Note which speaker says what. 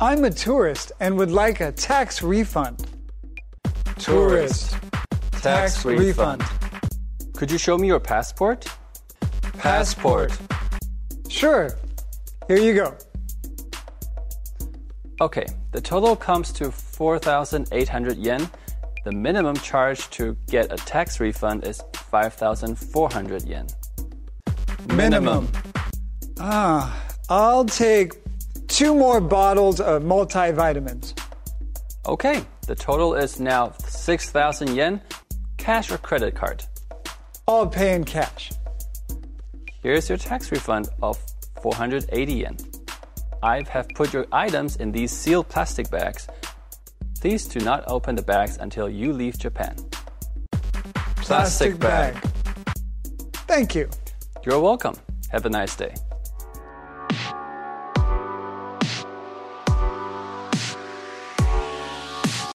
Speaker 1: I'm a tourist and would like a tax refund.
Speaker 2: Tourist.
Speaker 1: Tax, refund.
Speaker 2: Could you show me your passport? Passport.
Speaker 1: Sure. Here you go.
Speaker 2: Okay, the total comes to 4,800 yen. The minimum charge to get a tax refund is 5,400 yen.
Speaker 1: Minimum. Ah, I'll take two more bottles of multivitamins.
Speaker 2: Okay, the total is now 6,000 yen, cash or credit card.
Speaker 1: I'll pay in cash.
Speaker 2: Here's your tax refund of 480 yen. I have put your items in these sealed plastic bags. Please do not open the bags until you leave Japan.
Speaker 1: Thank you.
Speaker 2: You're welcome. Have a nice day.